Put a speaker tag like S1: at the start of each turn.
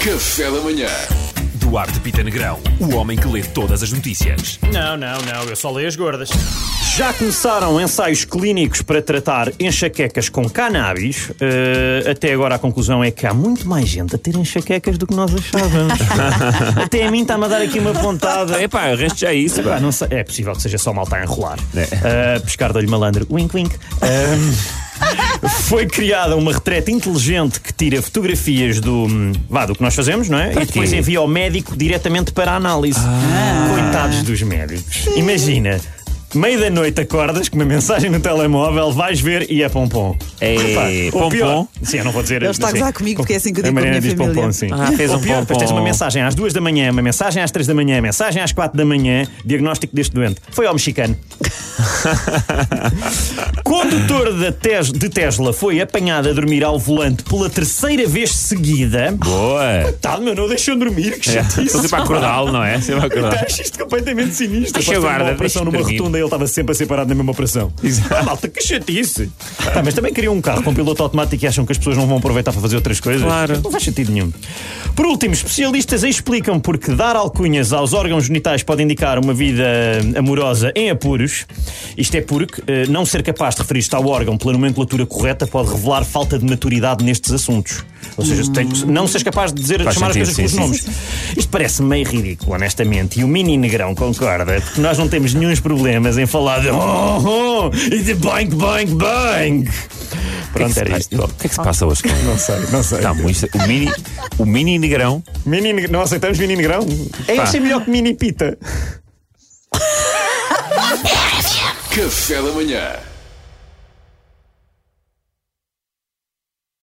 S1: Café da Manhã.
S2: Duarte Pita Negrão, o homem que lê todas as notícias.
S3: Não, não, não, eu só leio as gordas.
S4: Já começaram ensaios clínicos para tratar enxaquecas com cannabis. Eh, até agora a conclusão é que há muito mais gente a ter enxaquecas do que nós achávamos. até a mim está-me a dar aqui uma pontada.
S2: Epá, arranjo já isso,
S4: Pá,
S2: pá.
S4: não sei- é possível que seja só malta a enrolar.
S2: É.
S4: Uh, pescar de olho malandro, wink wink. Um, foi criada uma retrete inteligente que tira fotografias do, hum, vá, do que nós fazemos, não é? e depois
S2: quê? Ah.
S4: envia ao médico diretamente para a análise. Coitados dos médicos. Imagina. Meio da noite acordas com uma mensagem no telemóvel, vais ver e é pompom.
S2: É,
S4: Pá,
S2: pompom?
S4: ou pior- Sim, eu não vou dizer.
S5: Ele está a
S4: sim.
S5: gozar comigo, porque é assim que eu digo
S4: A
S5: com a
S4: Mariana
S5: minha
S4: diz
S5: família.
S4: pompom, sim.
S2: Ah, fez
S4: Ou
S2: um
S4: pior, depois tens
S2: pompom.
S4: uma mensagem às duas da manhã, uma mensagem às três da manhã, mensagem às quatro da manhã, diagnóstico deste doente. Foi ao mexicano. Condutor da Tes- de Tesla foi apanhado a dormir ao volante pela terceira vez seguida.
S2: Boa.
S4: Tá, meu, não deixam dormir, que
S2: É,
S4: chatice.
S2: Estou sempre a acordá-lo, não é? Sempre a
S4: Então,
S2: acordá-lo.
S4: Acho isto completamente
S2: Deixa
S4: sinistro. Depois
S2: eu
S4: de uma
S2: guarda,
S4: operação
S2: deixa-me
S4: numa
S2: dormir.
S4: rotunda e ele estava sempre a ser parado na mesma operação. Ah, malta, que chatice. Tá, mas também criam um carro com piloto automático e acham que as pessoas não vão aproveitar para fazer outras coisas.
S2: Claro.
S4: Não faz sentido nenhum. Por último, especialistas explicam porque dar alcunhas aos órgãos genitais pode indicar uma vida amorosa em apuros. Isto é porque eh, não ser capaz de referir-se ao órgão pela nomenclatura correta pode revelar falta de maturidade nestes assuntos. Ou seja, se tem- não seres capaz de dizer,
S2: Faz
S4: chamar as
S2: sentido,
S4: coisas pelos
S2: sim, sim,
S4: nomes. Isto parece meio ridículo, honestamente, e o mini negrão concorda, porque nós não temos nenhum problemas em falar de oh, oh, e de bang, bang, bang. Pronto, era isto.
S2: O que é que se passa hoje? cara?
S4: Não sei, não sei.
S2: Tá, muito- o, mini, o mini negrão.
S4: Mini, neg- não aceitamos mini negrão? É
S2: Pá.
S4: isso é melhor que mini pita.
S1: Café da Manhã.